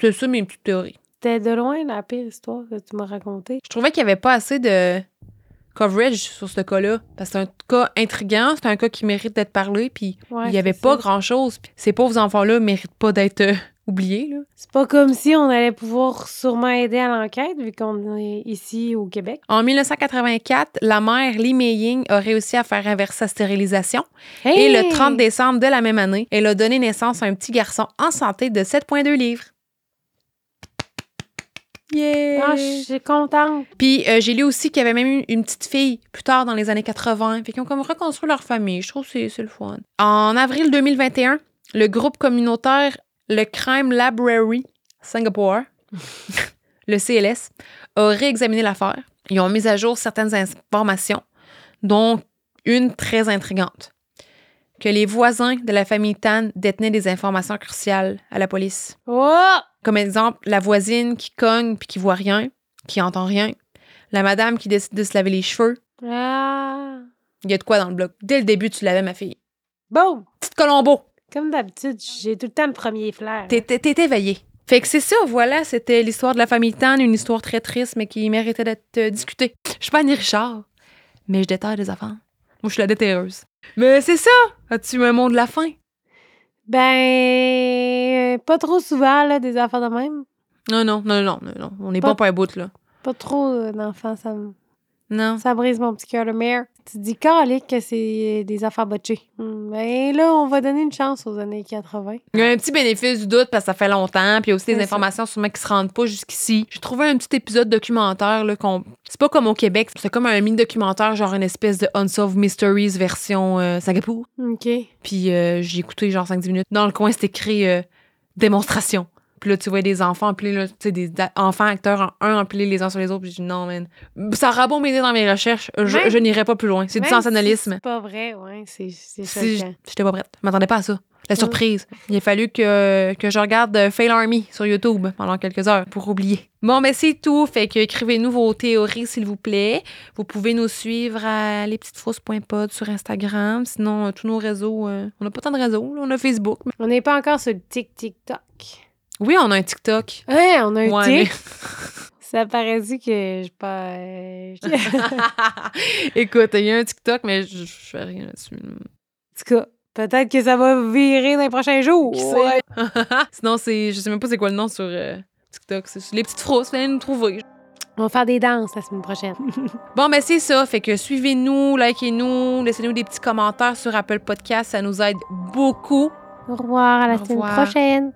Speaker 2: C'est ça mes petites théories.
Speaker 1: C'était de loin la pire histoire que tu m'as racontée.
Speaker 2: Je trouvais qu'il n'y avait pas assez de coverage sur ce cas-là. Parce que c'est un cas intriguant, c'est un cas qui mérite d'être parlé, puis
Speaker 1: Ouais,
Speaker 2: il n'y avait
Speaker 1: c'est
Speaker 2: pas
Speaker 1: ça.
Speaker 2: grand-chose. Puis Ces pauvres enfants-là méritent pas d'être euh, oubliés. Là.
Speaker 1: C'est pas comme si on allait pouvoir sûrement aider à l'enquête, vu qu'on est ici au Québec.
Speaker 2: En 1984, la mère Li Mei-ying a réussi à faire inverser sa stérilisation. Et
Speaker 1: Hey!
Speaker 2: le 30 décembre de la même année, elle a donné naissance à un petit garçon en santé de 7,2 livres. Yeah!
Speaker 1: Ah, je suis contente.
Speaker 2: Puis euh, j'ai lu aussi qu'il y avait même eu une petite fille plus tard dans les années 80. Fait qu'ils ont comme reconstruit leur famille. Je trouve que c'est- c'est le fun. En avril 2021, le groupe communautaire Le Crime Library Singapore, le CLS, a réexaminé l'affaire. Ils ont mis à jour certaines informations, dont une très intrigante. Que les voisins de la famille Tan détenaient des informations cruciales à la police.
Speaker 1: Oh!
Speaker 2: Comme exemple, la voisine qui cogne puis qui voit rien, qui entend rien. La madame qui décide de se laver les cheveux.
Speaker 1: Ah!
Speaker 2: Il y a de quoi dans le bloc. Dès le début, tu l'avais, ma fille.
Speaker 1: Boum!
Speaker 2: Petite Colombo,
Speaker 1: Comme d'habitude, j'ai tout le temps le premier flair.
Speaker 2: t'es t'es- t'es éveillée. Fait que c'est ça, voilà, c'était l'histoire de la famille Tan, une histoire très triste, mais qui méritait d'être euh, discutée. Je suis pas Annie Richard, mais je déterre les enfants. Moi, je suis la déterreuse. Mais c'est ça! As-tu un mot de la fin?
Speaker 1: Ben, euh, pas trop souvent, là, des affaires de même.
Speaker 2: Non, non, non, non, non, non. On est
Speaker 1: Pas-
Speaker 2: bon pour un bout, là.
Speaker 1: Pas trop euh, d'enfants, ça, me-
Speaker 2: Non.
Speaker 1: ça brise mon petit cœur de mère. Tu te dis calique que c'est des affaires botchées. Hmm, Ben là, on va donner une chance aux années 80.
Speaker 2: Il y a un petit bénéfice du doute parce que ça fait longtemps, puis il y a aussi des
Speaker 1: C'est
Speaker 2: informations sûrement qui se rendent pas jusqu'ici. J'ai trouvé un petit épisode documentaire là qu'on c'est pas comme au Québec, c'est comme un mini documentaire genre une espèce de Unsolved Mysteries version euh, Singapour.
Speaker 1: OK.
Speaker 2: Puis euh, j'ai écouté genre 5 10 minutes. Dans le coin, c'est écrit euh, démonstration. Puis là, tu vois des enfants, puis là, tu sais, des da- enfants acteurs en un, empilés les uns sur les autres, puis je dis non, man. Ça aura beau m'aider dans mes recherches, je,
Speaker 1: Même-
Speaker 2: je n'irai pas plus loin. C'est du
Speaker 1: Même
Speaker 2: sensationnalisme.
Speaker 1: si C'est pas vrai, ouais, c'est c'est
Speaker 2: Si j-
Speaker 1: choquant.
Speaker 2: J'étais pas prête. Je m'attendais pas à ça. La surprise. Il a fallu que, que je regarde euh, Fail Army sur YouTube pendant quelques heures pour oublier. Bon, ben c'est tout. Fait que écrivez-nous vos théories, s'il vous plaît. Vous pouvez nous suivre à lespetitesfausses.pod sur Instagram. Sinon, euh, tous nos réseaux. euh, on n'a pas tant de réseaux. là. On a Facebook.
Speaker 1: On n'est pas encore sur le tic-tic-toc.
Speaker 2: Oui, on a un TikTok.
Speaker 1: Ouais, on a un
Speaker 2: Ouais,
Speaker 1: tic.
Speaker 2: mais-
Speaker 1: Ça paraît dit que je pas. euh, je- en
Speaker 2: Écoute, il y a un TikTok, mais je je fais rien là-dessus.
Speaker 1: tout cas, peut-être que ça va virer dans les prochains jours.
Speaker 2: Qui sait? Ah, Sinon, c'est, je sais même pas c'est quoi le nom sur euh, TikTok. C'est les petites frousses. Vous allez nous trouver.
Speaker 1: On va faire des danses la semaine prochaine.
Speaker 2: Bon, ben c'est ça. Fait que suivez-nous, likez-nous, laissez-nous des petits commentaires sur Apple Podcast. Ça nous aide beaucoup.
Speaker 1: Au revoir à la
Speaker 2: Au
Speaker 1: semaine
Speaker 2: revoir.
Speaker 1: prochaine.